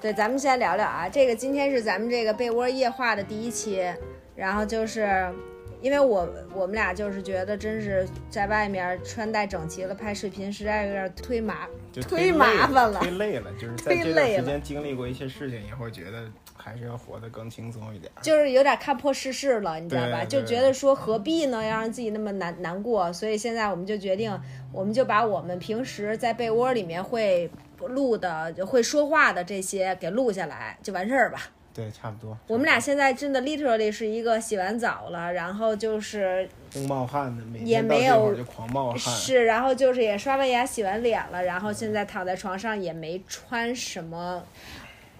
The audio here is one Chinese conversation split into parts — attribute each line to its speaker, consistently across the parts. Speaker 1: 对，咱们先聊聊啊，这个今天是咱们这个被窝夜话的第一期，然后就是因为我我们俩就是觉得真是在外面穿戴整齐了拍视频，实在有点忒麻
Speaker 2: 就
Speaker 1: 忒
Speaker 2: 忒
Speaker 1: 麻烦了
Speaker 2: 了，忒累了。就是在
Speaker 1: 忒
Speaker 2: 这
Speaker 1: 累
Speaker 2: 段时
Speaker 1: 了
Speaker 2: 间经历过一些事情以后，觉得还是要活得更轻松一点。
Speaker 1: 就是有点看破世事了，你知道吧？就
Speaker 2: 对
Speaker 1: 觉得说何必呢，要让自己那么难难过？所以现在我们就决定，我们就把我们平时在被窝里面会录的、就会说话的这些给录下来，就完事儿吧。
Speaker 2: 对，差不多。
Speaker 1: 我们俩现在真的 literally 是一个洗完澡了，然后就是
Speaker 2: 正冒汗呢，每
Speaker 1: 也
Speaker 2: 天到
Speaker 1: 没
Speaker 2: 这会
Speaker 1: 有
Speaker 2: 儿就狂冒汗。
Speaker 1: 是，然后就是也刷完牙、洗完脸了，然后现在躺在床上也没穿什么。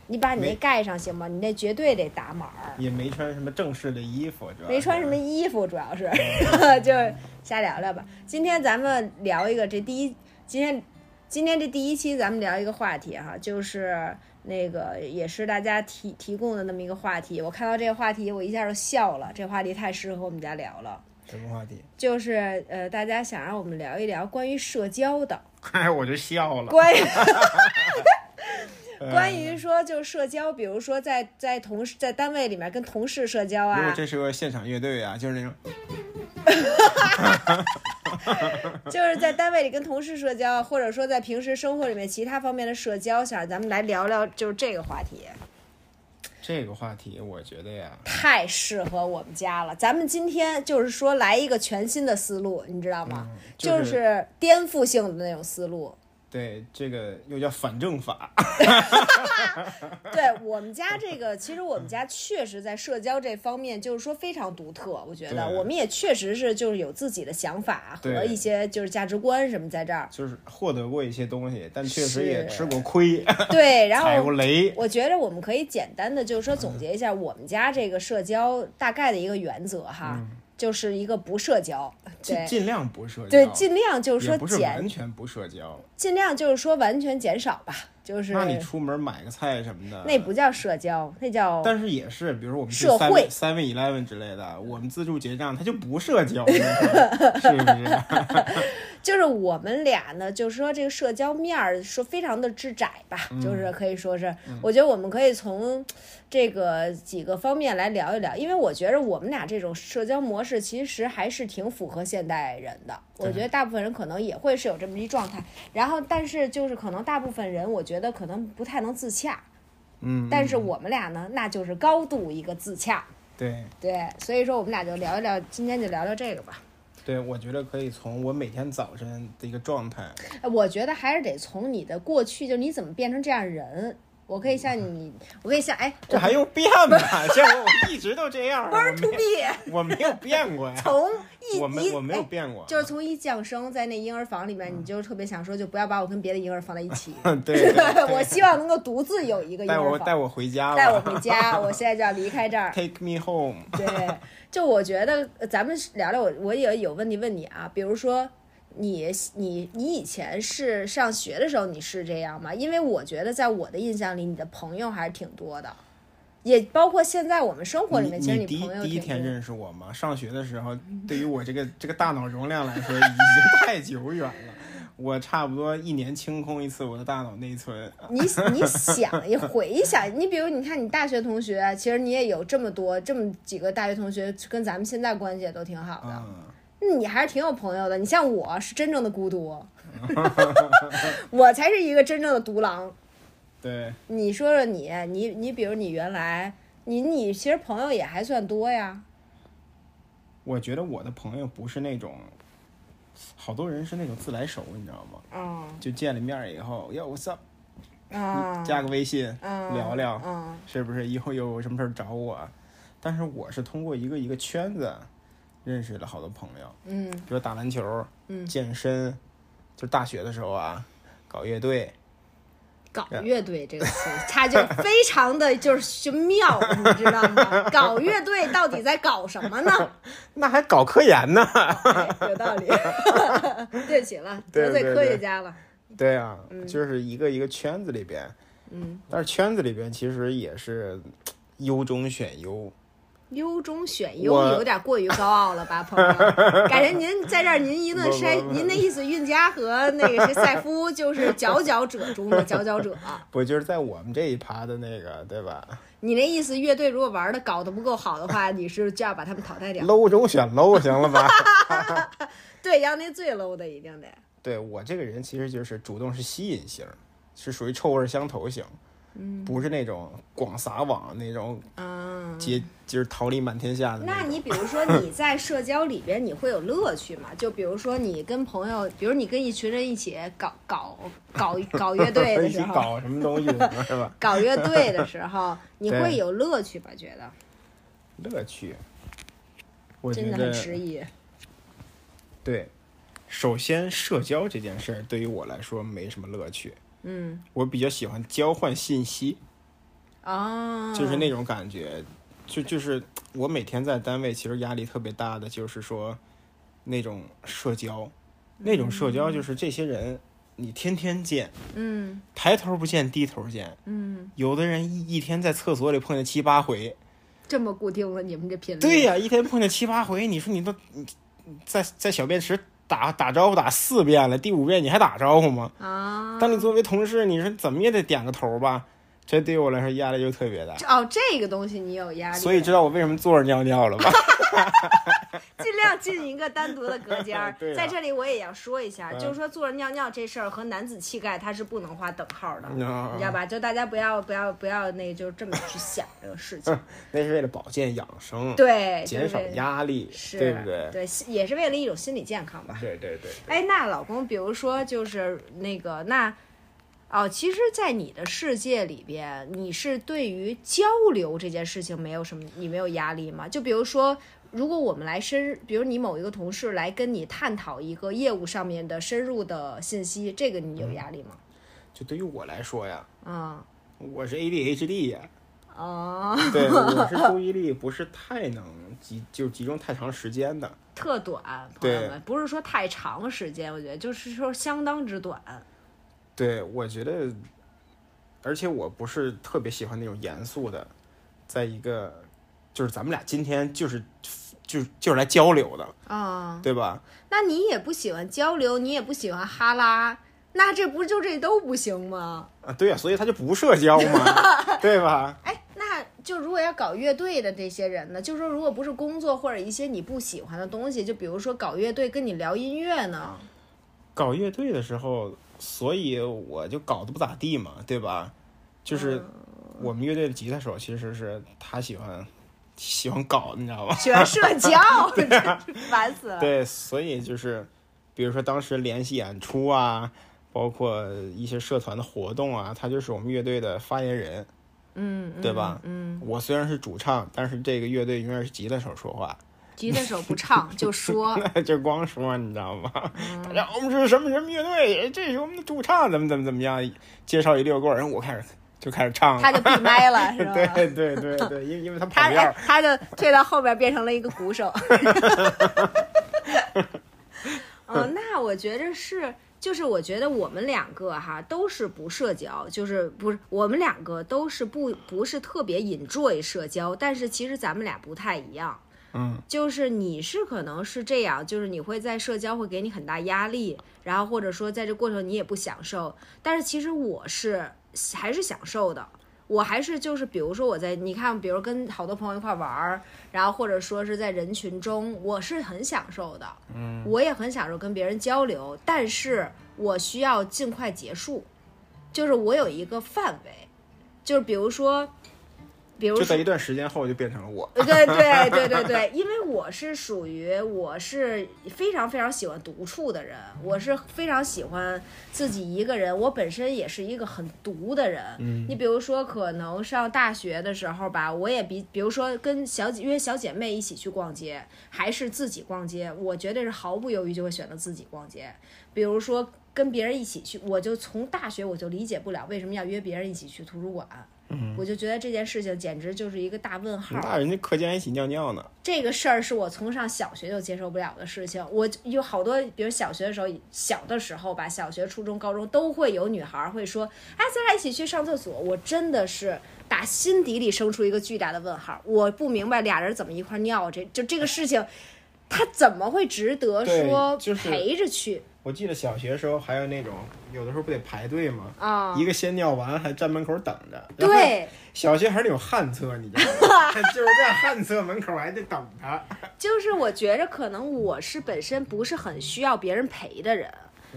Speaker 1: 你把你那
Speaker 2: 没
Speaker 1: 盖上行吗？你那绝对得打码儿。
Speaker 2: 也没穿什么正式的衣服，主要
Speaker 1: 没穿
Speaker 2: 是
Speaker 1: 什么衣服，主要是 就是瞎聊聊吧。今天咱们聊一个这第一，今天今天这第一期咱们聊一个话题哈，就是那个也是大家提提供的那么一个话题。我看到这个话题，我一下就笑了，这话题太适合我们家聊了。
Speaker 2: 什么话题？
Speaker 1: 就是呃，大家想让我们聊一聊关于社交的，
Speaker 2: 哎，我就笑了。
Speaker 1: 关于
Speaker 2: 呃
Speaker 1: 关于说就是社交，比如说在在同事在单位里面跟同事社交
Speaker 2: 如果
Speaker 1: 啊，
Speaker 2: 这是个现场乐队啊，就是那种
Speaker 1: 就是在单位里跟同事社交，或者说在平时生活里面其他方面的社交，想咱们来聊聊就是这个话题，
Speaker 2: 这个话题，我觉得呀，
Speaker 1: 太适合我们家了。咱们今天就是说来一个全新的思路，你知道吗？
Speaker 2: 嗯就是
Speaker 1: 是颠覆性的那种思路。
Speaker 2: 对这个又叫反正法，
Speaker 1: 对我们家这个，其实我们家确实在社交这方面，就是说非常独特。我觉得
Speaker 2: 对
Speaker 1: 我们也确实是就是有自己的想法和
Speaker 2: 对。
Speaker 1: 一些就是价值观什么在这儿
Speaker 2: 就是获得过一些东西，但确实
Speaker 1: 是
Speaker 2: 也吃过亏，
Speaker 1: 对，然
Speaker 2: 踩
Speaker 1: 后
Speaker 2: 过雷。
Speaker 1: 我觉得我们可以简单的就是说总结一下我们家这个社交大概的一个原则哈，就是一个不社交，
Speaker 2: 嗯尽
Speaker 1: 对
Speaker 2: 尽量不社交，
Speaker 1: 对，尽量就是说
Speaker 2: 也不是
Speaker 1: 减
Speaker 2: 完，全不社交。
Speaker 1: 尽量就是说完全减少吧，就是
Speaker 2: 那你出门买个菜什么的，
Speaker 1: 那不叫社交，那叫
Speaker 2: 但是也是，比如说我们去
Speaker 1: 社
Speaker 2: 三
Speaker 1: 会
Speaker 2: Seven Eleven 之类的，我们自助结账，它就不社交，你 知道吗是不是？
Speaker 1: 就是我们俩呢，就是说这个社交面儿说非常的之窄吧，就是可以说是，我觉得我们可以从这个几个方面来聊一聊，因为我觉得我们俩这种社交模式其实还是挺符合现代人的，我觉得大部分人可能也会是有这么一状态，然后但是就是可能大部分人，我觉得可能不太能自洽，
Speaker 2: 嗯，
Speaker 1: 但是我们俩呢，那就是高度一个自洽，
Speaker 2: 对
Speaker 1: 对，所以说我们俩就聊一聊，今天就聊聊这个吧。
Speaker 2: 对，我觉得可以从我每天早晨的一个状态，
Speaker 1: 哎我觉得还是得从你的过去，就你怎么变成这样人。我可以像
Speaker 2: 嗯
Speaker 1: 你，我可以像哎
Speaker 2: 这还用变吗？这我我一直都这样啊，我
Speaker 1: ，born to
Speaker 2: 没
Speaker 1: be，
Speaker 2: 我没有变过呀，
Speaker 1: 从一
Speaker 2: 我没
Speaker 1: 一
Speaker 2: 我没有
Speaker 1: 哎
Speaker 2: 变过，
Speaker 1: 就是从一降生在那婴儿房里面，你就特别想说，就不要把我跟别的婴儿放在 一起。
Speaker 2: 嗯 对，对
Speaker 1: 我希望能够独自有一个婴
Speaker 2: 带
Speaker 1: 儿
Speaker 2: 我带
Speaker 1: 房，
Speaker 2: 我回家
Speaker 1: 带我
Speaker 2: 吧
Speaker 1: 回家，我现在就要离开这儿。
Speaker 2: ，Take me home，
Speaker 1: 对，就我觉得呃咱们聊聊我，我也有问题问你啊，比如说你你你以前是上学的时候你是这样吗？因为我觉得在我的印象里，你的朋友还是挺多的，也包括现在我们生活里面，其实
Speaker 2: 你第一
Speaker 1: 朋友
Speaker 2: 第一
Speaker 1: 挺
Speaker 2: 天
Speaker 1: 多。
Speaker 2: 认识我吗？上学的 时候，对于我这个这个大脑容量来说，已经太久远了。我差不多一年清空一次我的大脑内存，
Speaker 1: 你你想一回想，你比如你看你大学同学，其实你也有这么多这么几个大学同学，跟咱们现在关系也都挺好的。
Speaker 2: 嗯，
Speaker 1: 你还是挺有朋友的。你像我是真正的孤独， 我才是一个真正的独狼。
Speaker 2: 对，
Speaker 1: 你说说你，你你比如你原来，你你其实朋友也还算多呀，
Speaker 2: 我觉得我的朋友不是那种，好多人是那种自来熟，你知道吗？
Speaker 1: 嗯
Speaker 2: 就见了面儿以后，哟，what's up，
Speaker 1: 啊，
Speaker 2: 加个微信，
Speaker 1: 嗯
Speaker 2: 聊聊
Speaker 1: 嗯
Speaker 2: 是不是？以后有什么事儿找我。但是我是通过一个一个圈子认识了好多朋友，
Speaker 1: 嗯
Speaker 2: 比如打篮球、
Speaker 1: 嗯
Speaker 2: 健身，就大学的时候啊，搞乐队，
Speaker 1: 搞
Speaker 2: 嗯
Speaker 1: 乐队这个词，它就非常的就是妙，你知道吗？搞乐队到底在搞什么呢？
Speaker 2: 那还搞科研呢。
Speaker 1: 哎有道理， 对不起了，得
Speaker 2: 对
Speaker 1: 罪
Speaker 2: 对
Speaker 1: 科学
Speaker 2: 对
Speaker 1: 家了。
Speaker 2: 对啊，就是一个一个圈子里边，
Speaker 1: 嗯，
Speaker 2: 但是圈子里边其实也是优中选优，
Speaker 1: 优中选优
Speaker 2: 我
Speaker 1: 有点过于高傲了吧，朋 友？感觉您在这儿您一顿筛
Speaker 2: 我，我
Speaker 1: 您的意思运家和那个谁赛夫就是佼佼者中的佼佼 者。
Speaker 2: 不就是在我们这一趴的那个，对吧？
Speaker 1: 你那意思，乐队如果玩的搞得不够好的话，你是就要把他们淘汰 掉。
Speaker 2: 搂中选搂，行了吧？
Speaker 1: 对，要那最 low 的一定得。
Speaker 2: 对我这个人其实就是主动是吸引型，是属于臭味相投型，不是那种广撒网那种
Speaker 1: 嗯，
Speaker 2: 结，就是桃李满天下的
Speaker 1: 那
Speaker 2: 种。
Speaker 1: 你比如说你在社交里边，你会有乐趣吗？就比如说你跟朋友，比如你跟一群人一起搞搞搞搞乐队的
Speaker 2: 一
Speaker 1: 时
Speaker 2: 起
Speaker 1: 候，
Speaker 2: 搞什么东西是吧？
Speaker 1: 搞乐队的时 候，你
Speaker 2: 对
Speaker 1: 会有乐趣吧？觉得
Speaker 2: 乐 趣，我觉
Speaker 1: 真的很
Speaker 2: 得
Speaker 1: 迟疑。
Speaker 2: 对。首先，社交这件事儿对于我来说没什么乐趣，
Speaker 1: 嗯
Speaker 2: 我比较喜欢交换信息，
Speaker 1: 啊，
Speaker 2: 就是那种感觉，就就是我每天在单位其实压力特别大的，就是说那种社交，那种社交就是这些人你天天见，
Speaker 1: 嗯
Speaker 2: 抬头不见低头见，
Speaker 1: 嗯，
Speaker 2: 有的人一一天在厕所里碰见七八回，
Speaker 1: 这么固定了你们这频率？
Speaker 2: 对呀、一天碰见七八回，你说你都你在在小便池打打招呼打四遍了，第五遍你还打招呼吗？
Speaker 1: 啊，
Speaker 2: 当你作为同事，你说怎么也得点个头吧，这对于我来说压力就特别大。
Speaker 1: 这哦，这个东西你有压力，
Speaker 2: 所以知道我为什么坐着尿尿了吧？
Speaker 1: 尽量进一个单独的隔 间儿
Speaker 2: 对。啊
Speaker 1: 在这里我也要说一下，
Speaker 2: 嗯
Speaker 1: 就是说坐着尿尿这事儿和男子气概它是不能划等号的，
Speaker 2: 嗯
Speaker 1: 你知道吧？就大家不要不要不要那就这么去想这个事情，
Speaker 2: 那是为了保健养生，
Speaker 1: 对，
Speaker 2: 嗯减少
Speaker 1: 就是
Speaker 2: 压力，
Speaker 1: 是，
Speaker 2: 对不对？
Speaker 1: 对，也是为了一种心理健康吧。
Speaker 2: 对对对，
Speaker 1: 哎，那老公，比如说就是那个那。哦，其实，在你的世界里边，你是对于交流这件事情没有什么，你没有压力吗？就比如说，如果我们来深，比如你某一个同事来跟你探讨一个业务上面的深入的信息，这个你有压力吗？
Speaker 2: 就对于我来说呀，
Speaker 1: 啊、
Speaker 2: 我是 ADHD 呀，
Speaker 1: 哦，
Speaker 2: 对，我是注意力不是太能集，就集中太长时间的。
Speaker 1: 特短，朋友
Speaker 2: 对
Speaker 1: 们，不是说太长时间，我觉得就是说相当之短。
Speaker 2: 对，我觉得，而且我不是特别喜欢那种严肃的，在一个就是咱们俩今天就是就是就是来交流的，
Speaker 1: 啊、
Speaker 2: 对吧？
Speaker 1: 那你也不喜欢交流，你也不喜欢哈拉，那这不就这都不行吗？
Speaker 2: 啊，对呀、所以他就不社 交嘛，对吧？
Speaker 1: 哎，那就如果要搞乐队的这些人呢，就是说如果不是工作或者一些你不喜欢的东西，就比如说搞乐队跟你聊音乐呢，
Speaker 2: 搞乐队的时候，所以我就搞得不咋地嘛，对吧？就是
Speaker 1: 嗯
Speaker 2: 我们乐队的吉他手其实是他喜欢喜欢搞，你知道吧？
Speaker 1: 喜欢社交，真是 烦死了。
Speaker 2: 对，所以就是比如说当时联系演出啊，包括一些社团的活动啊，他就是我们乐队的发言人，
Speaker 1: 嗯，嗯
Speaker 2: 对吧？
Speaker 1: 嗯，
Speaker 2: 我虽然是主唱，但是这个乐队永远是吉他手说话，
Speaker 1: 吉他手不唱就 说，
Speaker 2: 就光说你知道吗？
Speaker 1: 嗯
Speaker 2: 大家我们是什么什么乐队，这是我们的主唱，怎么怎么怎么样，介绍一溜够，然后我开始就开始唱了。
Speaker 1: 他就闭麦了，是吧？
Speaker 2: 对对对对，因因为他
Speaker 1: 他
Speaker 2: 跑调
Speaker 1: 哎
Speaker 2: 儿，
Speaker 1: 他就退到后边变成了一个鼓 手。哦，那我觉着是，就是我觉得我们两个哈都是不社交，就是不是我们两个都是不不是特别 enjoy 社交，但是其实咱们俩不太一样。
Speaker 2: 嗯，
Speaker 1: 就是你是可能是这样，就是你会在社交会给你很大压力，然后或者说在这过程你也不享受。但是其实我是还是享受的，我还是就是比如说我在你看，比如跟好多朋友一块玩儿，然后或者说是在人群中，我是很享受的，嗯，我也很享受跟别人交流，但是我需要尽快结束，就是我有一个范围，就是比如说，比如
Speaker 2: 就
Speaker 1: 说
Speaker 2: 在一段时间后就变成了我。
Speaker 1: 呃对对对对对，因为我是属于我是非常非常喜欢独处的人，我是非常喜欢自己一个人。我本身也是一个很独的人。你比如说，可能上大学的时候吧，我也比，比如说跟小姐约小姐妹一起去逛街，还是自己逛街，我绝对是毫不犹豫就会选择自己逛街。比如说跟别人一起去，我就从大学我就理解不了为什么要约别人一起去图书馆。我就觉得这件事情简直就是一个大问号。
Speaker 2: 那人家课间一起尿尿呢，
Speaker 1: 这个事儿是我从上小学就接受不了的事情。我就有好多，比如小学的时候，小的时候吧，小学、初中、高中都会有女孩儿会说：“哎，咱俩一起去上厕所。”我真的是打打心底里生出一个巨大的问号。我不明白俩人怎么一块尿，这就这个事情，他怎么会值得
Speaker 2: 对
Speaker 1: 说
Speaker 2: 就是
Speaker 1: 陪着去
Speaker 2: 我记得小学时候还有那种，有的时候不得排队吗？
Speaker 1: 啊？
Speaker 2: 一个先尿完还站门口等着。然后
Speaker 1: 对，
Speaker 2: 小学还是有旱厕，你知道吗？ 就是在旱厕门口还得等他。
Speaker 1: 就是我觉着可能我是本身不是很需要别人陪的人，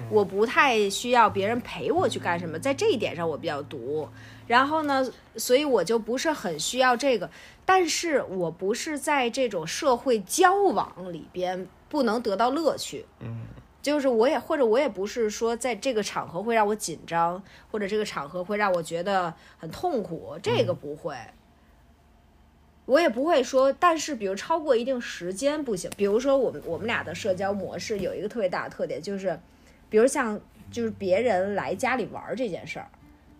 Speaker 1: 我不太需要别人陪我去干什么，在这一点上我比较独。然后呢，所以我就不是很需要这个，但是我不是在这种社会交往里边不能得到乐趣。
Speaker 2: 嗯，
Speaker 1: 就是我也或者我也不是说在这个场合会让我紧张，或者这个场合会让我觉得很痛苦，这个不会。我也不会说，但是比如超过一定时间不行。比如说我们我们俩的社交模式有一个特别大的特点，就是，比如像就是别人来家里玩儿这件事儿，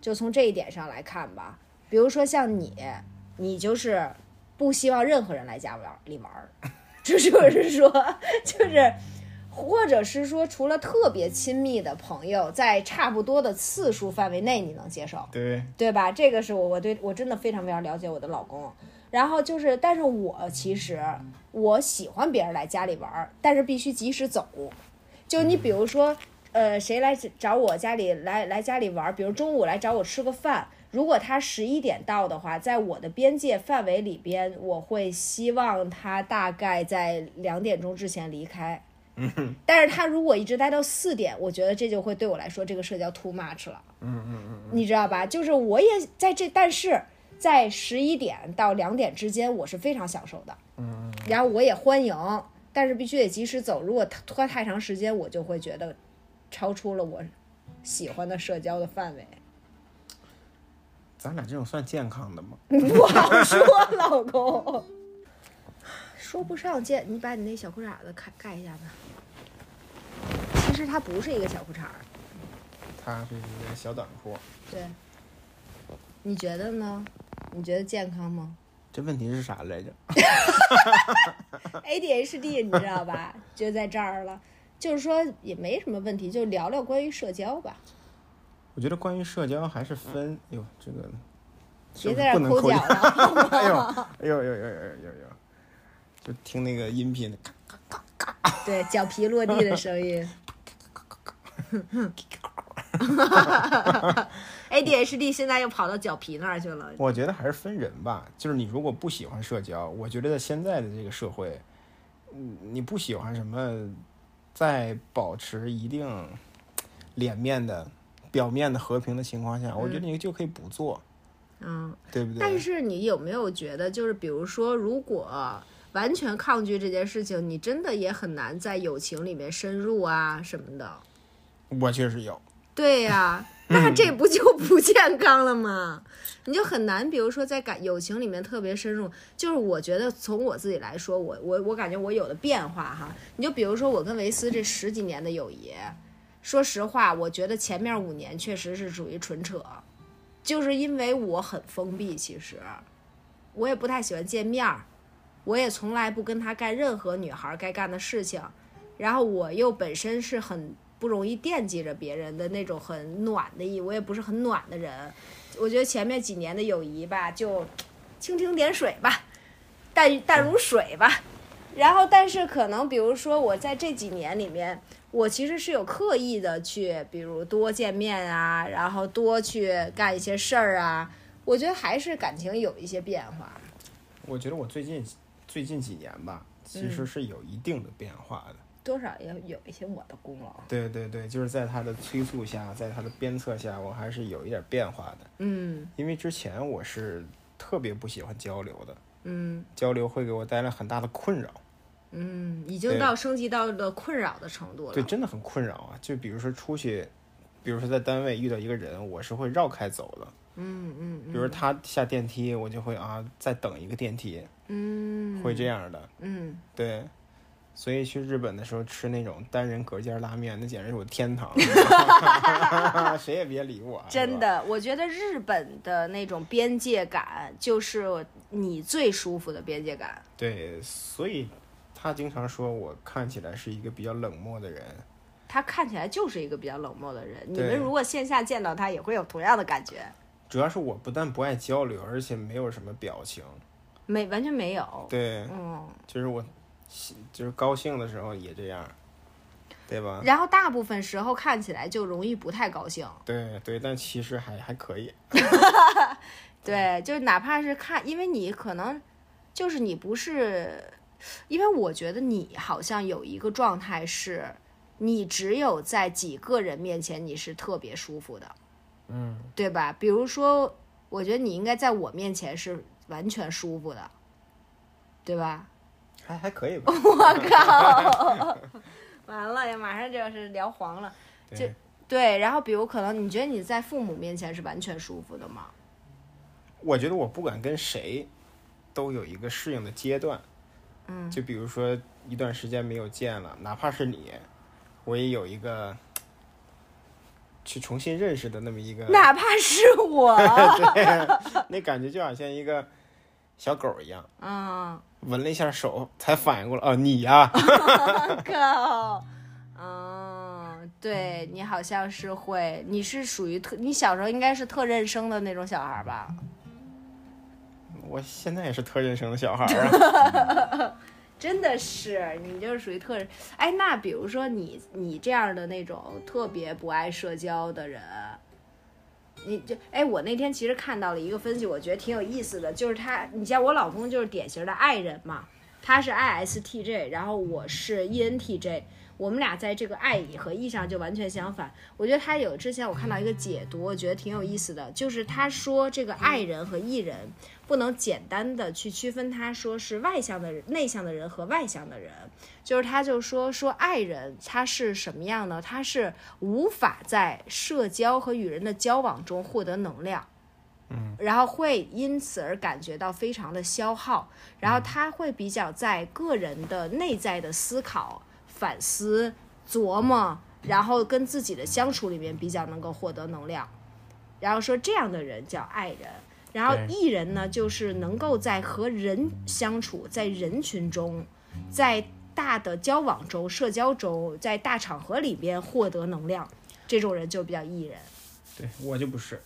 Speaker 1: 就从这一点上来看吧。比如说像你，你就是不希望任何人来家玩儿里玩儿， 这就是说就是。或者是说，除了特别亲密的朋友，在差不多的次数范围内，你能接受，
Speaker 2: 对，
Speaker 1: 对吧？这个是我我对我真的非常非常了解我的老公。然后就是，但是我其实我喜欢别人来家里玩儿，但是必须及时走。就你比如说，呃，谁来找我家里来来家里玩儿，比如中午来找我吃个饭，如果他十一点到的话，在我的边界范围里边，我会希望他大概在两点钟之前离开。但是他如果一直待到四点，我觉得这就会对我来说这个社交 too much 了。
Speaker 2: 嗯嗯嗯，
Speaker 1: 你知道吧？就是我也在这，但是在十一点到两点之间，我是非常享受的。嗯，然后我也欢迎，但是必须得及时走。如果拖太长时间，我就会觉得超出了我喜欢的社交的范围。
Speaker 2: 咱俩这种算健康的吗？
Speaker 1: 不好说，老公。说不上见，你把你那小裤衩子盖盖一下吧。其实它不是一个小裤衩儿，
Speaker 2: 它是一个小短裤。
Speaker 1: 对。你觉得呢？你觉得健康吗？
Speaker 2: 这问题是啥来着？
Speaker 1: ADHD，你知道吧？就在这儿了，就是说也没什么问题，就聊聊关于社交吧。
Speaker 2: 我觉得关于社交还是分，哟，这个是
Speaker 1: 嗯别
Speaker 2: 不是
Speaker 1: 在这
Speaker 2: 不
Speaker 1: 儿
Speaker 2: 能
Speaker 1: 抠
Speaker 2: 脚
Speaker 1: 脚了，
Speaker 2: 哎呦，哎呦，哎呦，哎呦，哎呦，哎呦，就听那个音频，咔
Speaker 1: 对，脚皮落地的声 音。ADHD 现在又跑到脚皮那儿去了。
Speaker 2: 我觉得还是分人吧，就是你如果不喜欢社交，我觉得在现在的这个社会，嗯，你不喜欢什么，在保持一定脸面的、表面的和平的情况下，我觉得你就可以不做，
Speaker 1: 嗯，
Speaker 2: 对不对？
Speaker 1: 但是你有没有觉得，就是比如说，如果完全抗拒这件事情，你真的也很难在友情里面深入啊什么的。
Speaker 2: 我确实有，
Speaker 1: 对呀、那这不就不健康了吗？ 你就很难，比如说在感友情里面特别深入。就是我觉得从我自己来说，我我我感觉我有的变化哈。你就比如说我跟维斯这十几年的友谊，说实话，我觉得前面五年确实是属于纯扯，就是因为我很封闭，其实我也不太喜欢见面儿，我也从来不跟他干任何女孩儿该干的事情。然后我又本身是很不容易惦记着别人的那种很暖的意，我也不是很暖的人。我觉得前面几年的友谊吧，就蜻蜓点水吧，淡淡如水吧。然后，但是可能比如说我在这几年里面，我其实是有刻意的去，比如多见面啊，然后多去干一些事儿啊。我觉得还是感情有一些变化。
Speaker 2: 我觉得我最近最近几年吧，其
Speaker 1: 嗯
Speaker 2: 实是有一定的变化的。
Speaker 1: 多少也有一些我的功劳，
Speaker 2: 对对对，就是在他的催促下，在他的鞭策下，我还是有一点变化的。
Speaker 1: 嗯
Speaker 2: 因为之前我是特别不喜欢交流的，
Speaker 1: 嗯
Speaker 2: 交流会给我带来很大的困扰，
Speaker 1: 嗯，已经
Speaker 2: 对
Speaker 1: 到升级到了困扰的程度了。
Speaker 2: 对，真的很困扰啊。就比如说出去，比如说在单位遇到一个人，我是会绕开走的。
Speaker 1: 嗯嗯
Speaker 2: 比如他下电梯，我就会啊再等一个电梯，
Speaker 1: 嗯
Speaker 2: 会这样的。
Speaker 1: 嗯，
Speaker 2: 对，所以去日本的时候吃那种单人隔间拉面，那简直是我天 堂，谁也别理我啊。
Speaker 1: 真
Speaker 2: 是吧，
Speaker 1: 的，我觉得日本的那种边界感，就是你最舒服的边界感。
Speaker 2: 对，所以他经常说我看起来是一个比较冷漠的人。
Speaker 1: 他看起来就是一个比较冷漠的人，你
Speaker 2: 对
Speaker 1: 们如果线下见到他，也会有同样的感觉。
Speaker 2: 主要是我不但不爱交流，而且没有什么表情。
Speaker 1: 没完全没有，
Speaker 2: 对，
Speaker 1: 嗯。
Speaker 2: 就是我喜，就是高兴的时候也这样，对吧？
Speaker 1: 然后大部分时候看起来就容易不太高兴，
Speaker 2: 对对，但其实还还可以。
Speaker 1: 对，就是哪怕是看，因为你可能就是你不是，因为我觉得你好像有一个状态是，你只有在几个人面前你是特别舒服的，
Speaker 2: 嗯，
Speaker 1: 对吧？比如说，我觉得你应该在我面前是完全舒服的，对吧？
Speaker 2: 还还可以
Speaker 1: 哦
Speaker 2: 吧。
Speaker 1: 完了呀，马上就是聊黄了。
Speaker 2: 对，
Speaker 1: 对，然后比如可能你觉得你在父母面前是完全舒服的吗？
Speaker 2: 我觉得我不管跟谁，都有一个适应的阶段。
Speaker 1: 嗯，
Speaker 2: 就比如说一段时间没有见了，哪怕是你，我也有一个去重新认识的那么一个，
Speaker 1: 哪怕是我，
Speaker 2: 那感觉就好像一个小狗一样，
Speaker 1: 嗯。
Speaker 2: 闻了一下手才反应过来，哦，你呀、
Speaker 1: 靠，哦嗯，对你好像是会，你是属于特，你小时候应该是特认生的那种小孩吧？
Speaker 2: 我现在也是特认生的小孩儿 啊，
Speaker 1: 真的是，你就是属于特认。哎，那比如说你你这样的那种特别不爱社交的人，你就哎，我那天其实看到了一个分析，我觉得挺有意思的，就是他，你像我老公就是典型的爱人嘛，他是 ISTJ，然后我是 E ENTJ。我们俩在这个爱和 E 上就完全相反。我觉得他有之前我看到一个解读，我觉得挺有意思的，就是他说这个爱人和 E 人不能简单的去区分，他说是外向的人、内向的人和外向的人，就是他就说说爱人他是什么样呢？他是无法在社交和与人的交往中获得能量。嗯，然后会因此而感觉到非常的消耗，然后他会比较在个人的内在的思考、反思、琢磨，然后跟自己的相处里面比较能够获得能量，然后说这样的人叫爱人。然后
Speaker 2: 对
Speaker 1: 艺人呢，就是能够在和人相处，在人群中，在大的交往中、社交中，在大场合里边获得能量，这种人就比较艺人。
Speaker 2: 对我就不是，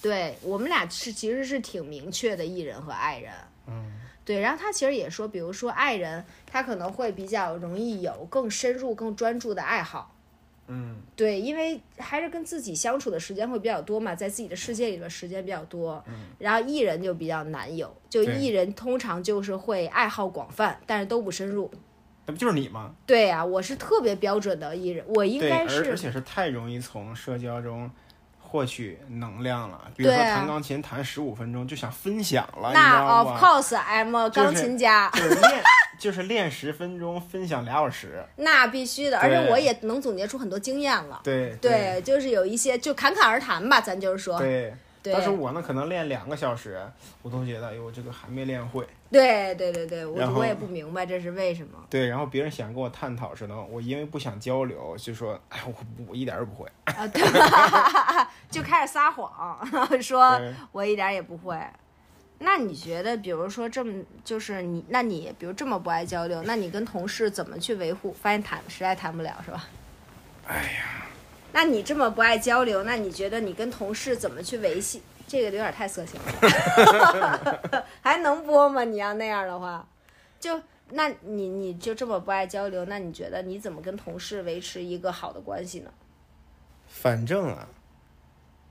Speaker 1: 对我们俩是其实是挺明确的艺人和爱人。嗯，对。然后他其实也说，比如说爱人，他可能会比较容易有更深入、更专注的爱好。
Speaker 2: 嗯，
Speaker 1: 对，因为还是跟自己相处的时间会比较多嘛，在自己的世界里边时间比较多。嗯，然后艺人就比较难有，就
Speaker 2: 对
Speaker 1: 艺人通常就是会爱好广泛，但是都不深入。
Speaker 2: 那不就是你吗？
Speaker 1: 对呀、我是特别标准的艺人，我应
Speaker 2: 对，
Speaker 1: 该
Speaker 2: 而
Speaker 1: 是
Speaker 2: 而且是太容易从社交中获取能量了。比如说
Speaker 1: 对啊
Speaker 2: 弹钢琴弹十五分钟就想分享了，你知
Speaker 1: 那
Speaker 2: 道
Speaker 1: of
Speaker 2: 吗？
Speaker 1: course I'm a
Speaker 2: 就是
Speaker 1: 钢琴家。
Speaker 2: 就是练就是练十分钟，分享俩小时。
Speaker 1: 那必须的，而且
Speaker 2: 对
Speaker 1: 我也能总结出很多经验了。
Speaker 2: 对
Speaker 1: 对，就是有一些就侃侃而谈吧，咱就是说，
Speaker 2: 对。
Speaker 1: 对
Speaker 2: 但是我呢，可能练两个小时，我都觉得，哎呦，我这个还没练会。
Speaker 1: 对对对对，我
Speaker 2: 然后
Speaker 1: 我也不明白这是为什 么
Speaker 2: 对，然后别人想跟我探讨似的，我因为不想交流，就说，哎，我我一点儿也不会。
Speaker 1: 啊，对 吧？就开始撒谎，说
Speaker 2: 对
Speaker 1: 我一点儿也不会。那你觉得，比如说这么，就是你，那你比如这么不爱交流，那你跟同事怎么去维护？发现谈实在谈不了，是吧？哎呀，那你这么不爱交流，那你觉得你跟同事怎么去维系？这个有点太色情了， 还能播吗？你要那样的话，就那你你就这么不爱交流，那你觉得你怎么跟同事维持一个好的关系呢？
Speaker 2: 反正啊，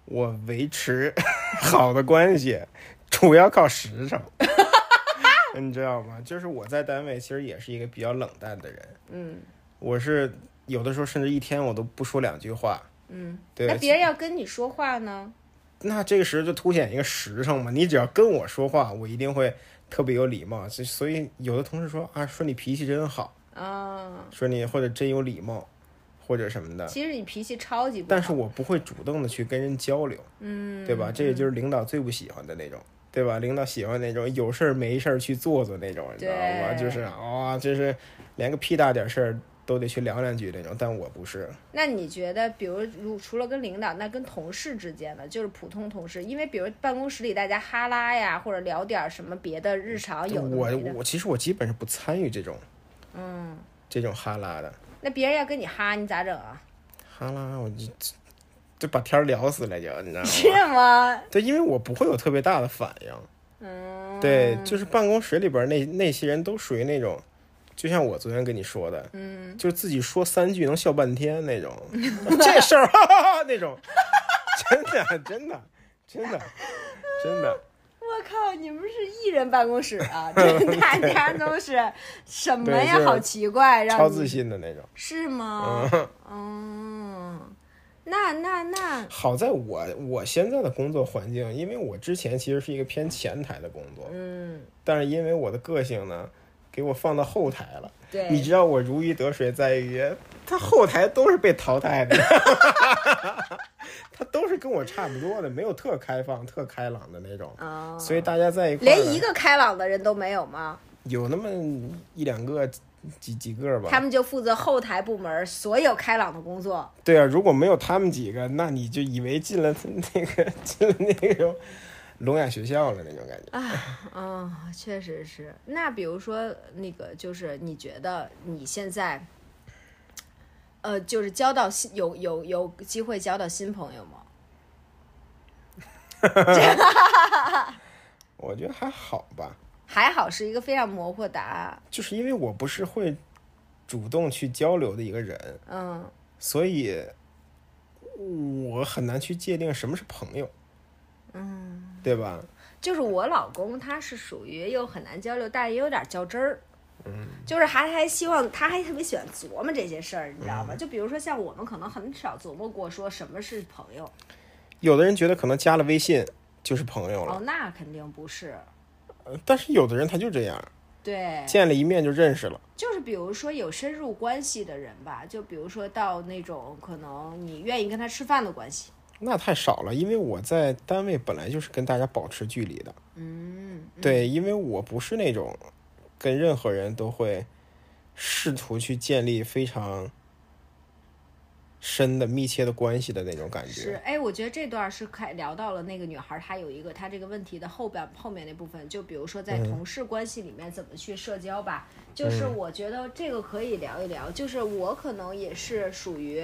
Speaker 2: 我维持 好的关系，主要靠 实诚。你知道吗？就是我在单位其实也是一个比较冷淡的人，
Speaker 1: 嗯
Speaker 2: 我是有的时候甚至一天我都不说两句话。
Speaker 1: 嗯，
Speaker 2: 对
Speaker 1: 那别人要跟你说话呢？
Speaker 2: 那这个时候就凸显一个实诚嘛，你只要跟我说话，我一定会特别有礼貌。所以所以有的同事说啊，说你脾气真好，
Speaker 1: 啊，
Speaker 2: 说你或者真有礼貌，或者什么的，
Speaker 1: 其实你脾气超级不
Speaker 2: 嗯但是
Speaker 1: 好，
Speaker 2: 我不会主动的去跟人交流，
Speaker 1: 嗯，
Speaker 2: 对吧？这也就是领导最不喜欢的那种，对吧？领导喜欢那种有事儿没事儿去做做那种，你知道吗？
Speaker 1: 对
Speaker 2: 就是啊、就是连个屁大点事儿都得去聊两句那种，但我不是。
Speaker 1: 那你觉得，比如如除了跟领导，那跟同事之间呢？就是普通同事，因为比如办公室里大家哈拉呀，或者聊点什么别的日常啊有的
Speaker 2: 我
Speaker 1: 没的，
Speaker 2: 我其实我基本是不参与这种
Speaker 1: 嗯，
Speaker 2: 这种哈拉的，
Speaker 1: 那别人要跟你哈，你咋整啊？
Speaker 2: 哈拉我就就把天儿聊死了就，你 知道
Speaker 1: 是
Speaker 2: 吗？
Speaker 1: 吗？
Speaker 2: 对，因为我不会有特别大的反应。
Speaker 1: 嗯，
Speaker 2: 对，就是办公室里边那那些人都属于那种，就像我昨天跟你说的，嗯，就是自己说三句能笑半天 那种，这事儿 哈哈哈那种，真的真的真的真的，
Speaker 1: 我靠，你们是艺人办公室 啊？这大家都是什么
Speaker 2: 对就
Speaker 1: 呀？
Speaker 2: 是
Speaker 1: 好奇怪，让
Speaker 2: 超
Speaker 1: 你
Speaker 2: 自信的那种。
Speaker 1: 是吗？嗯，那那那，
Speaker 2: 好在我我现在的工作环境，因为我之前其实是一个偏前台的工作，
Speaker 1: 嗯，
Speaker 2: 但是因为我的个性呢，给我放到后台了。
Speaker 1: 对，
Speaker 2: 你知道我如鱼得水在于，他后台都是被淘汰的， 他都是跟我差不多的，没有特开放、特开朗的那种。
Speaker 1: 啊，
Speaker 2: 所以大家在一块儿呢
Speaker 1: 连一个开朗的人都没有吗？
Speaker 2: 有那么一两个几几个
Speaker 1: 他
Speaker 2: 吧。
Speaker 1: 们就负责后台部门所有开朗的工作。
Speaker 2: 对啊，如果没有他们几个，那你就以为进了那个进了那种 聋哑学校了那种感觉。
Speaker 1: 嗯，确实是。那比如说，那个就是你觉得你现在，呃，就是交到新有有有机会交到新朋友吗？
Speaker 2: 我觉得还好吧，
Speaker 1: 还好是一个非常模糊的答案。
Speaker 2: 就是因为我不是会主动去交流的一个人，
Speaker 1: 嗯
Speaker 2: 所以我很难去界定什么是朋友，嗯，对吧？
Speaker 1: 就是我老公他是属于又很难交流，但是也有点较真儿。嗯，就是还还希望他还特别喜欢琢磨这些事儿，你知道吗？就比如说像我们可能很少琢磨过说什么是朋友，
Speaker 2: 有的人觉得可能加了微信就是朋友了，
Speaker 1: 哦，那肯定不是。
Speaker 2: 呃但是有的人他就这样，
Speaker 1: 对，
Speaker 2: 见了一面就认识了。
Speaker 1: 就是比如说有深入关系的人吧，就比如说到那种可能你愿意跟他吃饭的关系。
Speaker 2: 那太少了，因为我在单位本来就是跟大家保持距离的。
Speaker 1: 嗯，
Speaker 2: 对，因为我不是那种跟任何人都会试图去建立非常深的、密切的关系的那种感
Speaker 1: 是
Speaker 2: 觉。，
Speaker 1: 哎，我觉得这段是开聊到了那个女孩，她有一个她这个问题的后边后面那部分，就比如说在
Speaker 2: 嗯
Speaker 1: 同事关系里面怎么去社交吧，就是我觉得这个可以聊一聊，就是我可能也是属于，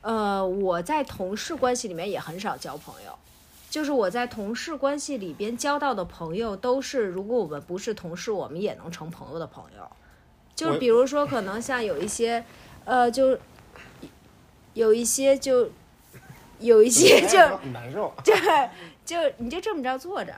Speaker 1: 呃，我在同事关系里面也很少交朋友。就是我在同事关系里边交到的朋友，都是如果我们不是同事，我们也能成朋友的朋友。就是
Speaker 2: 我
Speaker 1: 比如说，可能像有一些，呃，就有一些就有一些就
Speaker 2: 难受，啊
Speaker 1: 就就你就这么着坐着。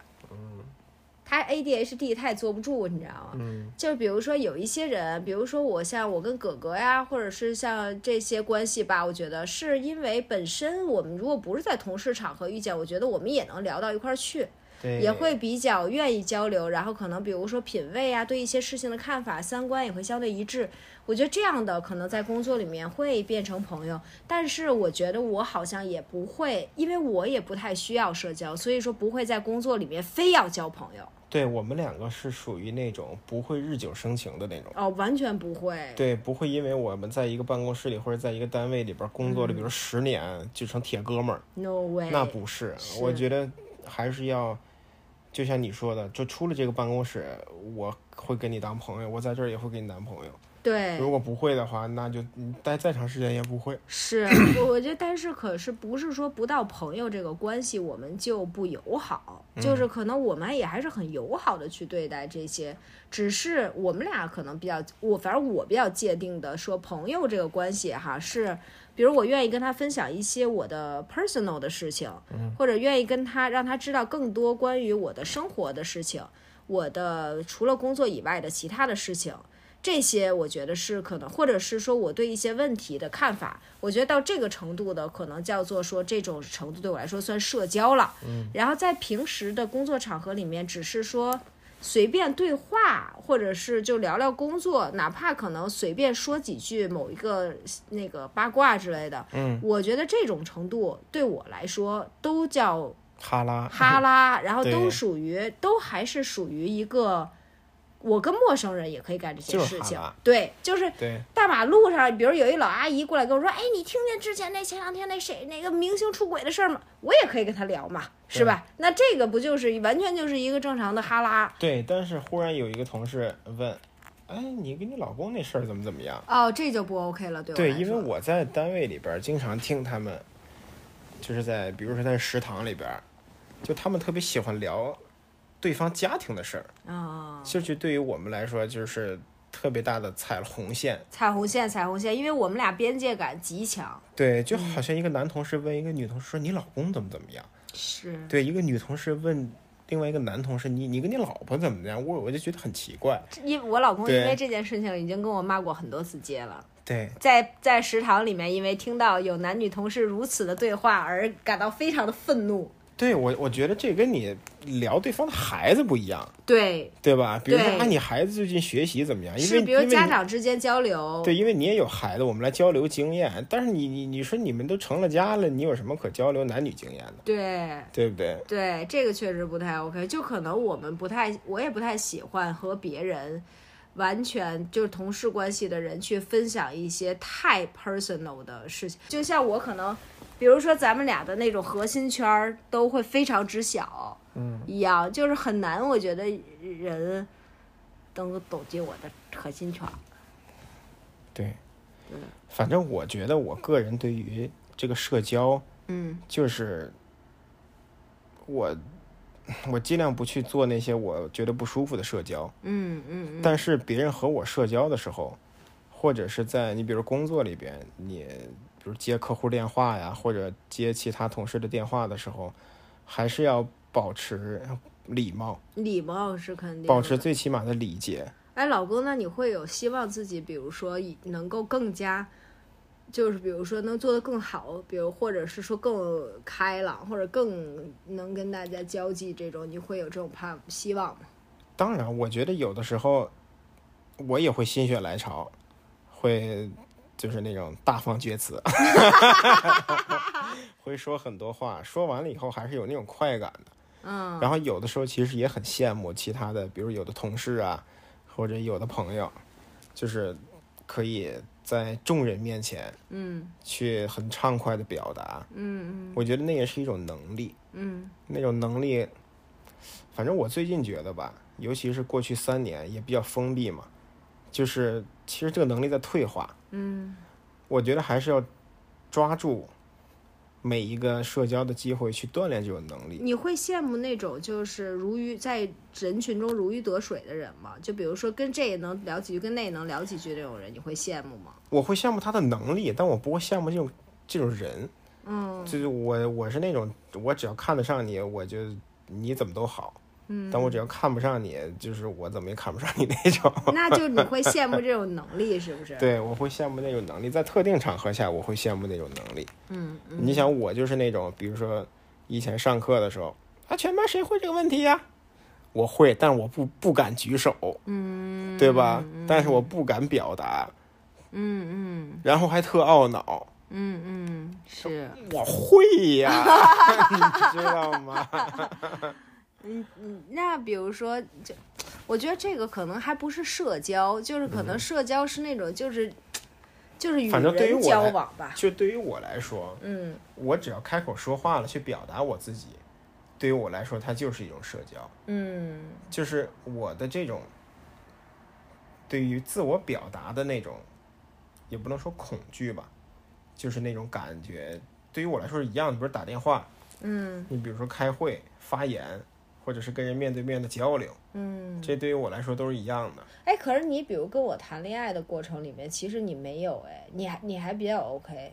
Speaker 1: 他 ADHD 他也坐不住，你知道吗？
Speaker 2: 嗯
Speaker 1: 就比如说有一些人，比如说我像我跟哥哥呀，或者是像这些关系吧，我觉得是因为本身我们如果不是在同事场合遇见，我觉得我们也能聊到一块儿去。
Speaker 2: 对，
Speaker 1: 也会比较愿意交流，然后可能比如说品味啊，对一些事情的看法、三观也会相对一致。我觉得这样的可能在工作里面会变成朋友，但是我觉得我好像也不会，因为我也不太需要社交，所以说不会在工作里面非要交朋友
Speaker 2: 对我们两个是属于那种不会日久生情的那种，
Speaker 1: 哦，完全不会。
Speaker 2: 对，不会因为我们在一个办公室里或者在一个单位里边工作了，比如十年就成铁哥们儿，
Speaker 1: No way，
Speaker 2: 那不是，我
Speaker 1: 哎是
Speaker 2: 觉得还是要，就像你说的，就出了这个办公室，我会跟你当朋友，我在这儿也会跟你当朋友。
Speaker 1: 对，
Speaker 2: 如果不会的话，那就嗯待再长时间也不会。
Speaker 1: 是我我觉得，但是可是不是说不到朋友这个关系我们就不友好，就是可能我们也还是很友好的去对待这些，只是我们俩可能比较，我反正我比较界定的说朋友这个关系哈是。比如我愿意跟他分享一些我的 personal 的事情，或者愿意跟他让他知道更多关于我的生活的事情，我的除了工作以外的其他的事情，这些我觉得是可能，或者是说我对一些问题的看法，我觉得到这个程度的，可能叫做说这种程度对我来说算社交了。嗯，然后在平时的工作场合里面，只是说随便对话，或者是就聊聊工作，哪怕可能随便说几句某一个那个八卦之类的。嗯，我觉得这种程度对我来说都叫
Speaker 2: 哈拉，
Speaker 1: 哈 拉，然后都
Speaker 2: 啊对
Speaker 1: 属于都还是属于一个，我跟陌生人也可以干这些
Speaker 2: 就是
Speaker 1: 事
Speaker 2: 哈
Speaker 1: 情
Speaker 2: 拉，
Speaker 1: 对，就是
Speaker 2: 对，
Speaker 1: 大马路上，比如有一老阿姨过来跟我说：“哎，你听见之前那前两天那谁那个明星出轨的事儿吗？”我也可以跟他聊嘛，是吧？那这个不就是完全就是一个正常的哈拉？
Speaker 2: 对。但是忽然有一个同事问：“哎，你跟你老公那事儿怎么怎么样
Speaker 1: 哦，这就不 OK 了，对我
Speaker 2: 对，
Speaker 1: 来
Speaker 2: 因为
Speaker 1: 说
Speaker 2: 我在单位里边儿经常听他们就是在比如说在食堂里边儿，就他们特别喜欢聊对方家庭的事儿，
Speaker 1: 啊、
Speaker 2: 其实对于我们来说就是特别大的踩了红线。
Speaker 1: 彩虹线，彩虹线，因为我们俩边界感极强，
Speaker 2: 对，就好像一个男同事问一个女同事说你老公怎么怎么样，
Speaker 1: 是
Speaker 2: 对，一个女同事问另外一个男同事你你跟你老婆怎么样，我我就觉得很奇怪。
Speaker 1: 因我老公因
Speaker 2: 对
Speaker 1: 为这件事情已经跟我骂过很多次街了，
Speaker 2: 对，
Speaker 1: 在在食堂里面，因为听到有男女同事如此的对话而感到非常的愤怒。
Speaker 2: 对我我觉得这跟你聊对方的孩子不一样，
Speaker 1: 对，
Speaker 2: 对吧？比如说
Speaker 1: 对
Speaker 2: 啊，你孩子最近学习怎么样？因
Speaker 1: 是
Speaker 2: 为
Speaker 1: 比如
Speaker 2: 因为
Speaker 1: 家
Speaker 2: 你
Speaker 1: 长之间交流，
Speaker 2: 对，因为你也有孩子，我们来交流经验。但是你你你说你们都成了家了，你有什么可交流男女经验的，
Speaker 1: 对
Speaker 2: 对不对？
Speaker 1: 对，这个确实不太 OK，就可能我们不太，我也不太喜欢和别人完全就是同事关系的人去分享一些太 personal 的事情。就像我可能，比如说咱们俩的那种核心圈儿都会非常之小，嗯，一样，就是很难，我觉得人能够走进我的核心圈儿。
Speaker 2: 对，反正我觉得我个人对于这个社交，
Speaker 1: 嗯
Speaker 2: 就是我我尽量不去做那些我觉得不舒服的社交。
Speaker 1: 嗯嗯
Speaker 2: 但是别人和我社交的时候，或者是在你比如工作里边，你比如接客户电话呀，或者接其他同事的电话的时候，还是要保持礼貌，
Speaker 1: 嗯，礼貌是肯定的，
Speaker 2: 保持最起码的礼节。
Speaker 1: 哎，老公，那你会有希望自己，比如说以能够更加，就是比如说能做得更好，比如或者是说更开朗，或者更能跟大家交际这种，你会有这种盼希望吗？
Speaker 2: 当然，我觉得有的时候我也会心血来潮，会就是那种大放厥词， 会说很多话，说完了以后还是有那种快感的。
Speaker 1: 嗯，
Speaker 2: 然后有的时候其实也很羡慕其他的，比如有的同事啊，或者有的朋友，就是可以在众人面前，
Speaker 1: 嗯
Speaker 2: 去很畅快的表达。
Speaker 1: 嗯
Speaker 2: 我觉得那也是一种能力，
Speaker 1: 嗯
Speaker 2: 那种能力，反正我最近觉得吧，尤其是过去三年也比较封闭嘛，就是其实这个能力在退化。
Speaker 1: 嗯
Speaker 2: 我觉得还是要抓住每一个社交的机会去锻炼这种能力。
Speaker 1: 你会羡慕那种就是如鱼在人群中如鱼得水的人吗？就比如说跟这也能聊几句，跟那也能聊几句这种人，你会羡慕吗？
Speaker 2: 我会羡慕他的能力，但我不会羡慕这种这种人。
Speaker 1: 嗯
Speaker 2: 就是我我是那种，我只要看得上你，我就你怎么都好。
Speaker 1: 嗯，
Speaker 2: 但我只要看不上你，就是我怎么也看不上你那 种。
Speaker 1: 那就你会羡慕这种能力是不是？
Speaker 2: 对，我会羡慕那种能力，在特定场合下，我会羡慕那种能力。
Speaker 1: 嗯嗯。
Speaker 2: 你想，我就是那种，比如说以前上课的时候，啊，全班谁会这个问题呀、我会，但我不不敢举手，嗯，对吧？但是我不敢表达，
Speaker 1: 嗯嗯
Speaker 2: 然后还特懊恼，
Speaker 1: 嗯嗯，是
Speaker 2: 我会 呀、你知道吗？
Speaker 1: 嗯。那比如说，就我觉得这个可能还不是社交，就是可能社交是那种就是、就是与
Speaker 2: 嗯反正对于
Speaker 1: 人
Speaker 2: 我
Speaker 1: 交
Speaker 2: 来
Speaker 1: 往吧。
Speaker 2: 就对于我来说，
Speaker 1: 嗯
Speaker 2: 我只要开口说话了，去表达我自己，对于我来说，它就是一种社交，
Speaker 1: 嗯
Speaker 2: 就是我的这种对于自我表达的那种，也不能说恐惧吧，就是那种感觉，对于我来说是一样的。比如打电话，
Speaker 1: 嗯
Speaker 2: 你比如说开会、发言，或者是跟人面对面的交流，
Speaker 1: 嗯。
Speaker 2: 这对于我来说都是一样的。
Speaker 1: 哎，可是你比如跟我谈恋爱的过程里面，其实你没有哎，你还你还比较 OK，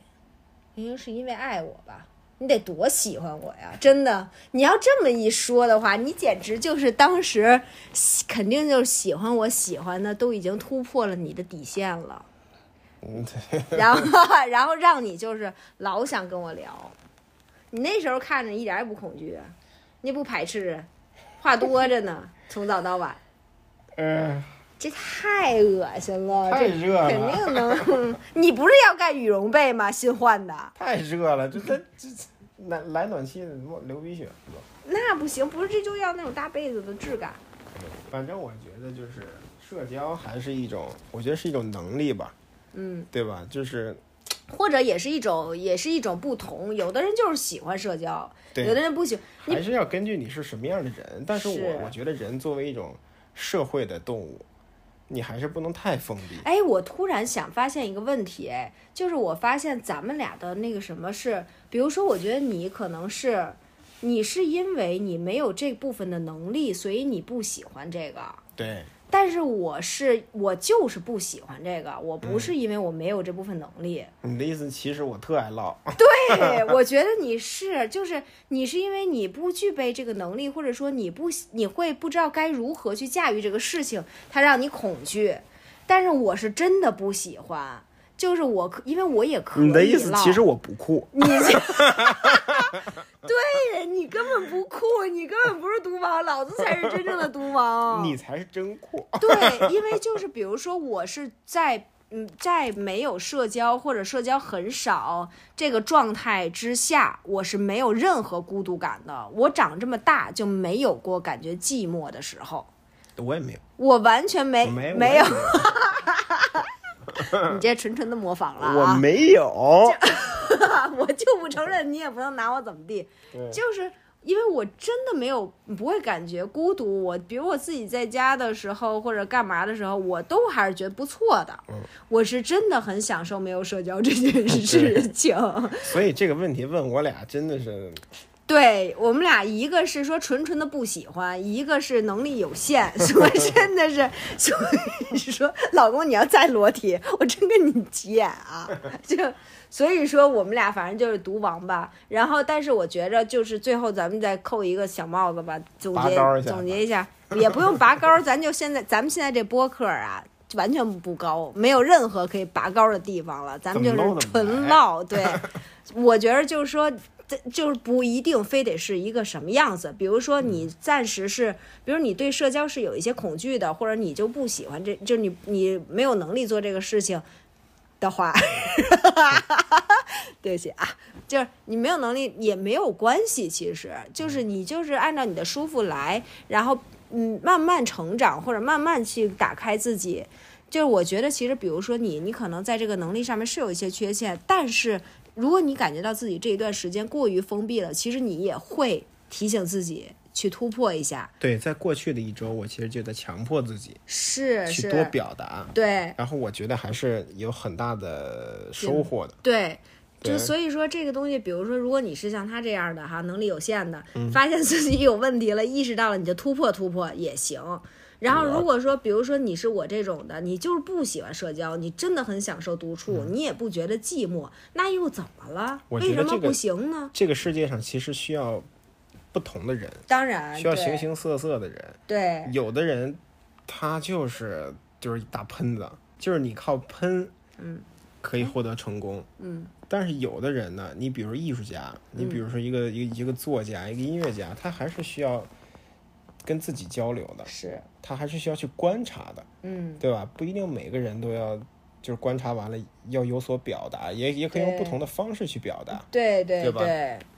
Speaker 1: 明明是因为爱我吧。你得多喜欢我呀！真的，你要这么一说的话，你简直就是当时喜肯定就是喜欢我喜欢的都已经突破了你的底线了。
Speaker 2: 嗯，
Speaker 1: 然后然后让你就是老想跟我聊，你那时候看着一点也不恐惧，啊你也不排斥，话多着呢，从早到晚，
Speaker 2: 呃，
Speaker 1: 这太恶心了，
Speaker 2: 太
Speaker 1: 啊这
Speaker 2: 热
Speaker 1: 肯
Speaker 2: 了，
Speaker 1: 定能。你不是要盖羽绒被吗？新换的。
Speaker 2: 太热 了，这这这这来来暖气流鼻血了。
Speaker 1: 那不行，不是这就要那种大被子的质感。
Speaker 2: 反正我觉得就是社交还是一种，我觉得是一种能力吧，
Speaker 1: 嗯，
Speaker 2: 对吧？就是
Speaker 1: 或者也是一种，也是一种不同。有的人就是喜欢社交，有的
Speaker 2: 对，
Speaker 1: 人不喜欢。
Speaker 2: 还是要根据你是什么样的人。但是我
Speaker 1: 是
Speaker 2: 我觉得人作为一种社会的动物，你还是不能太封闭。
Speaker 1: 哎，我突然想发现一个问题，哎，就是我发现咱们俩的那个什么是，比如说，我觉得你可能是，你是因为你没有这部分的能力，所以你不喜欢这个。
Speaker 2: 对，
Speaker 1: 但是我是我就是不喜欢这个，我
Speaker 2: 嗯
Speaker 1: 不是因为我没有这部分能力。
Speaker 2: 你的意思其实我特爱唠，
Speaker 1: 对，我觉得你是，就是你是因为你不具备这个能力，或者说你不你会不知道该如何去驾驭这个事情，它让你恐惧。但是我是真的不喜欢，就是我可因为我也可以
Speaker 2: 你的意思
Speaker 1: 唠
Speaker 2: 其实我不酷，
Speaker 1: 你这， 对你根本不酷，你根本不是毒王，老子才是真正的毒王。
Speaker 2: 你才是真酷。
Speaker 1: 对，因为就是比如说，我是在嗯，在没有社交或者社交很少这个状态之下，我是没有任何孤独感的。我长这么大就没有过感觉寂寞的时候，
Speaker 2: 我也没有，
Speaker 1: 我完全没
Speaker 2: 我没我
Speaker 1: 没有
Speaker 2: 也，
Speaker 1: 你这纯纯的模仿了
Speaker 2: 我
Speaker 1: 啊！
Speaker 2: 没 有。
Speaker 1: 我就不承认，你也不能拿我怎么地。
Speaker 2: 对
Speaker 1: 就是因为我真的没有不会感觉孤独，我比如我自己在家的时候或者干嘛的时候，我都还是觉得不错的。我是真的很享受没有社交这件事情。
Speaker 2: 所以这个问题问我俩真的是，
Speaker 1: 对我们俩，一个是说纯纯的不喜欢，一个是能力有限， 所以真的是，所以说老公你要再裸体，我真跟你急眼啊！ 就所以说我们俩反正就是毒王吧。然后，但是我觉着就是最后咱们再扣一个小帽子吧，总
Speaker 2: 拔
Speaker 1: 结
Speaker 2: 高一下吧
Speaker 1: 总结一下，也不用拔高，咱就现在咱们现在这播客啊。完全不高，没有任何可以拔高的地方了。咱们就
Speaker 2: 怎么弄
Speaker 1: 是
Speaker 2: 怎么
Speaker 1: 纯
Speaker 2: 来
Speaker 1: 唠， 对，我觉得就是说，这就是不一定非得是一个什么样子。比如说，你
Speaker 2: 嗯
Speaker 1: 暂时是，比如你对社交是有一些恐惧的，或者你就不喜欢这，就你你没有能力做这个事情的 话， 对不起啊，就是你没有能力也没有关系，其实
Speaker 2: 嗯
Speaker 1: 就是你就是按照你的舒服来，然后嗯慢慢成长或者慢慢去打开自己。就是我觉得，其实比如说你，你可能在这个能力上面是有一些缺陷，但是如果你感觉到自己这一段时间过于封闭了，其实你也会提醒自己去突破一下。
Speaker 2: 对，在过去的一周，我其实就在强迫自己
Speaker 1: 是
Speaker 2: 去多
Speaker 1: 是，
Speaker 2: 表达，
Speaker 1: 对
Speaker 2: 然后我觉得还是有很大的收
Speaker 1: 嗯
Speaker 2: 获的。
Speaker 1: 对。就
Speaker 2: 对
Speaker 1: 所以说这个东西，比如说，如果你是像他这样的哈，能力有限的，
Speaker 2: 嗯
Speaker 1: 发现自己有问题了，意识到了，你就突破突破也行。然后
Speaker 2: 啊
Speaker 1: 如果说，比如说你是我这种的，你就是不喜欢社交，你真的很享受独处，你也不觉得寂寞，那又怎么了？
Speaker 2: 嗯我
Speaker 1: 为
Speaker 2: 觉
Speaker 1: 什
Speaker 2: 得
Speaker 1: 么
Speaker 2: 这个
Speaker 1: 不行呢？
Speaker 2: 这个世界上其实需要不同的人，
Speaker 1: 当然
Speaker 2: 需要
Speaker 1: 啊对
Speaker 2: 形形色色的人。
Speaker 1: 对
Speaker 2: 有的人他就是就是一大喷子，就是你靠喷，
Speaker 1: 嗯，
Speaker 2: 可以获得成功，
Speaker 1: 嗯。
Speaker 2: 但是有的人呢，你比如艺术家，你比如说一个、一个一个作家，一个音乐家，他还是需要跟自己交流的，
Speaker 1: 是，
Speaker 2: 他还是需要去观察的，
Speaker 1: 嗯，
Speaker 2: 对吧？不一定每个人都要就是观察完了要有所表达，也也可以用
Speaker 1: 对
Speaker 2: 不同的方式去表达。
Speaker 1: 对对
Speaker 2: 对吧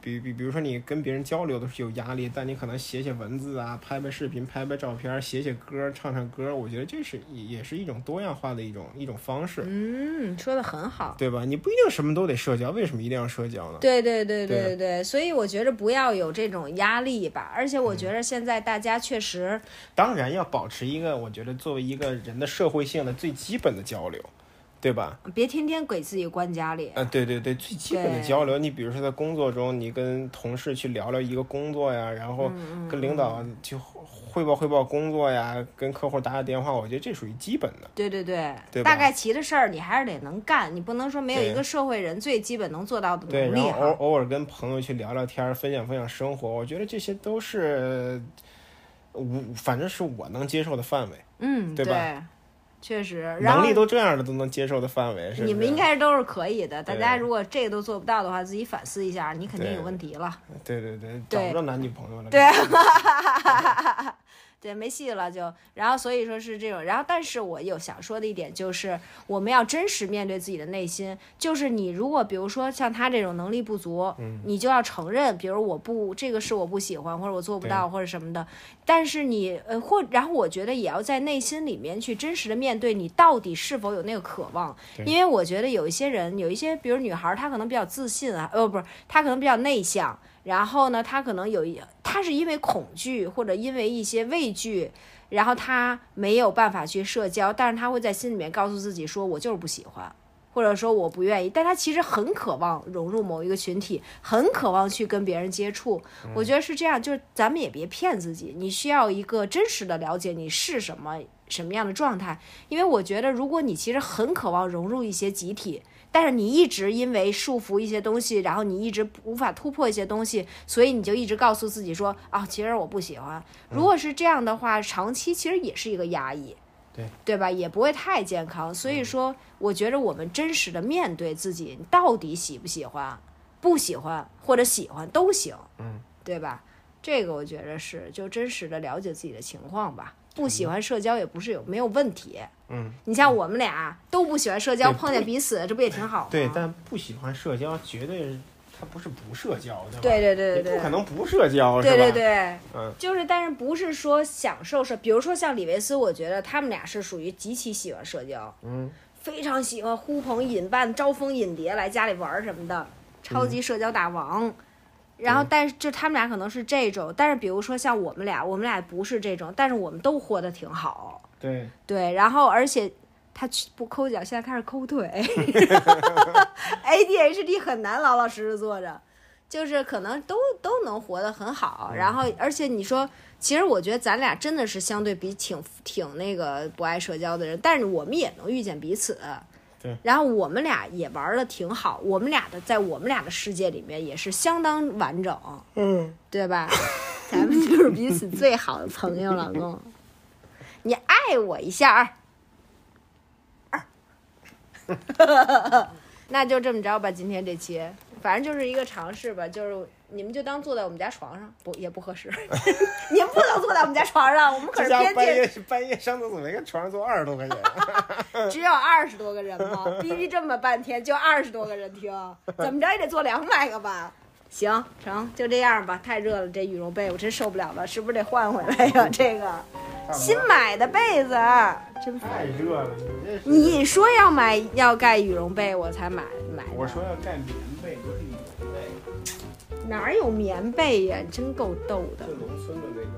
Speaker 2: 比比比如说你跟别人交流都是有压力，但你可能写写文字啊，拍拍视频，拍拍照片，写写歌，唱唱歌，我觉得这是也也是一种多样化的一种一种方式，
Speaker 1: 嗯，说的很好。
Speaker 2: 对吧？你不一定什么都得社交，为什么一定要社交呢？
Speaker 1: 对对对对
Speaker 2: 嗯对啊
Speaker 1: 对对，所以我觉着不要有这种压力吧，而且我
Speaker 2: 嗯
Speaker 1: 觉着现在大家确实，
Speaker 2: 当然要保持一个，我觉得作为一个人的社会性的最基本的交流，对吧？
Speaker 1: 别天天给自己关家里。
Speaker 2: 啊，对对对，最基本的
Speaker 1: 对
Speaker 2: 交流，你比如说在工作中，你跟同事去聊聊一个工作呀，然
Speaker 1: 嗯
Speaker 2: 后跟领导去汇报汇报工作呀，跟客户打打电话，我觉得这属于基本的。
Speaker 1: 对对对，
Speaker 2: 对吧
Speaker 1: 大概齐的事儿你还是得能干，你不能说没有一个社会人最基本能做到的
Speaker 2: 对，
Speaker 1: 能
Speaker 2: 然
Speaker 1: 力
Speaker 2: 后偶
Speaker 1: 哈。
Speaker 2: 偶尔跟朋友去聊聊天儿，分享分享生活，我觉得这些都是我反正是我能接受的范围，
Speaker 1: 嗯，
Speaker 2: 对吧
Speaker 1: 确实，然后
Speaker 2: 能力都这样了都能接受的范围，是不
Speaker 1: 你们
Speaker 2: 是
Speaker 1: 应该都是可以的。大
Speaker 2: 对
Speaker 1: 家如果这个都做不到的话，自己反思一下，你肯定有
Speaker 2: 对
Speaker 1: 问题了。
Speaker 2: 对对对，
Speaker 1: 对
Speaker 2: 找不着男女朋友了，
Speaker 1: 对， 对，没戏了就。然后所以说是这种，然后但是我有想说的一点就是，我们要真实面对自己的内心。就是你如果比如说像他这种能力不足，你就要承认，比如我不这个是我不喜欢，或者我做不到，或者什么的。但是你呃或然后我觉得也要在内心里面去真实的面对你到底是否有那个渴望，
Speaker 2: 对
Speaker 1: 因为我觉得有一些人有一些比如女孩儿她可能比较自信啊，呃不是她可能比较内向。然后呢，他可能有一，他是因为恐惧或者因为一些畏惧，然后他没有办法去社交，但是他会在心里面告诉自己说，我就是不喜欢，或者说我不愿意，但他其实很渴望融入某一个群体，很渴望去跟别人接触。我觉得是这样，就是咱们也别骗自己，你需要一个真实的了解你是什么什么样的状态，因为我觉得如果你其实很渴望融入一些集体，但是你一直因为束缚一些东西，然后你一直无法突破一些东西，所以你就一直告诉自己说啊、其实我不喜欢。如果是这样的话，长期其实也是一个压抑，
Speaker 2: 对嗯
Speaker 1: 对吧？也不会太健康。所以说，我觉得我们真实的面对自己，你到底喜不喜欢，不喜欢或者喜欢都行，
Speaker 2: 嗯，
Speaker 1: 对吧？这个我觉得是就真实的了解自己的情况吧。不喜欢社交也不是有没有问题，
Speaker 2: 嗯，
Speaker 1: 你像我们俩都不喜欢社交，
Speaker 2: 对
Speaker 1: 碰见彼此，这不也挺好吗？
Speaker 2: 对，但不喜欢社交，绝对是他不是不社交，对吧？
Speaker 1: 对对对对
Speaker 2: 你
Speaker 1: 对，
Speaker 2: 不可能不社交，
Speaker 1: 对
Speaker 2: 是吧？
Speaker 1: 对对，
Speaker 2: 嗯，
Speaker 1: 就是但是不是说享受社，比如说像李维斯，我觉得他们俩是属于极其喜欢社交，
Speaker 2: 嗯，
Speaker 1: 非常喜欢呼朋引伴、招蜂引蝶来家里玩儿什么的，超级社交大王。
Speaker 2: 嗯
Speaker 1: 然后，但是就他们俩可能是这种，但是比如说像我们俩，我们俩不是这种，但是我们都活得挺好，
Speaker 2: 对，
Speaker 1: 对。然后，而且他去不抠脚，现在开始抠腿，ADHD 很难老老实实坐着，就是可能都都能活得很好。然后，而且你说，其实我觉得咱俩真的是相对比挺挺那个不爱社交的人，但是我们也能遇见彼此。
Speaker 2: 对。
Speaker 1: 然后我们俩也玩的挺好，我们俩的在我们俩的世界里面也是相当完整，
Speaker 2: 嗯，
Speaker 1: 对吧？ 咱们就是彼此最好的朋友，老公。你爱我一下儿， 那就这么着吧。今天这期，反正就是一个尝试吧，就是你们就当坐在我们家床上，不也不合适。 你们不能坐在我们家床上，我们可
Speaker 2: 这
Speaker 1: 是
Speaker 2: 家
Speaker 1: 边
Speaker 2: 伙半
Speaker 1: 界
Speaker 2: 夜半夜上厕所没看床上坐二十多块钱，
Speaker 1: 只有二十多个人吗？逼逼这么半天就二十多个人听，怎么着也得做两百个吧？行成，就这样吧。太热了，这羽绒被我真受不了了，是不是得换回来呀？这个新买的被子，真烦。
Speaker 2: 太热了，你这是
Speaker 1: 你说要买要盖羽绒被，我才买买的。
Speaker 2: 我说要盖棉被，不是羽绒被，
Speaker 1: 哪儿有棉被呀？真够逗的
Speaker 2: 就。农村的那种。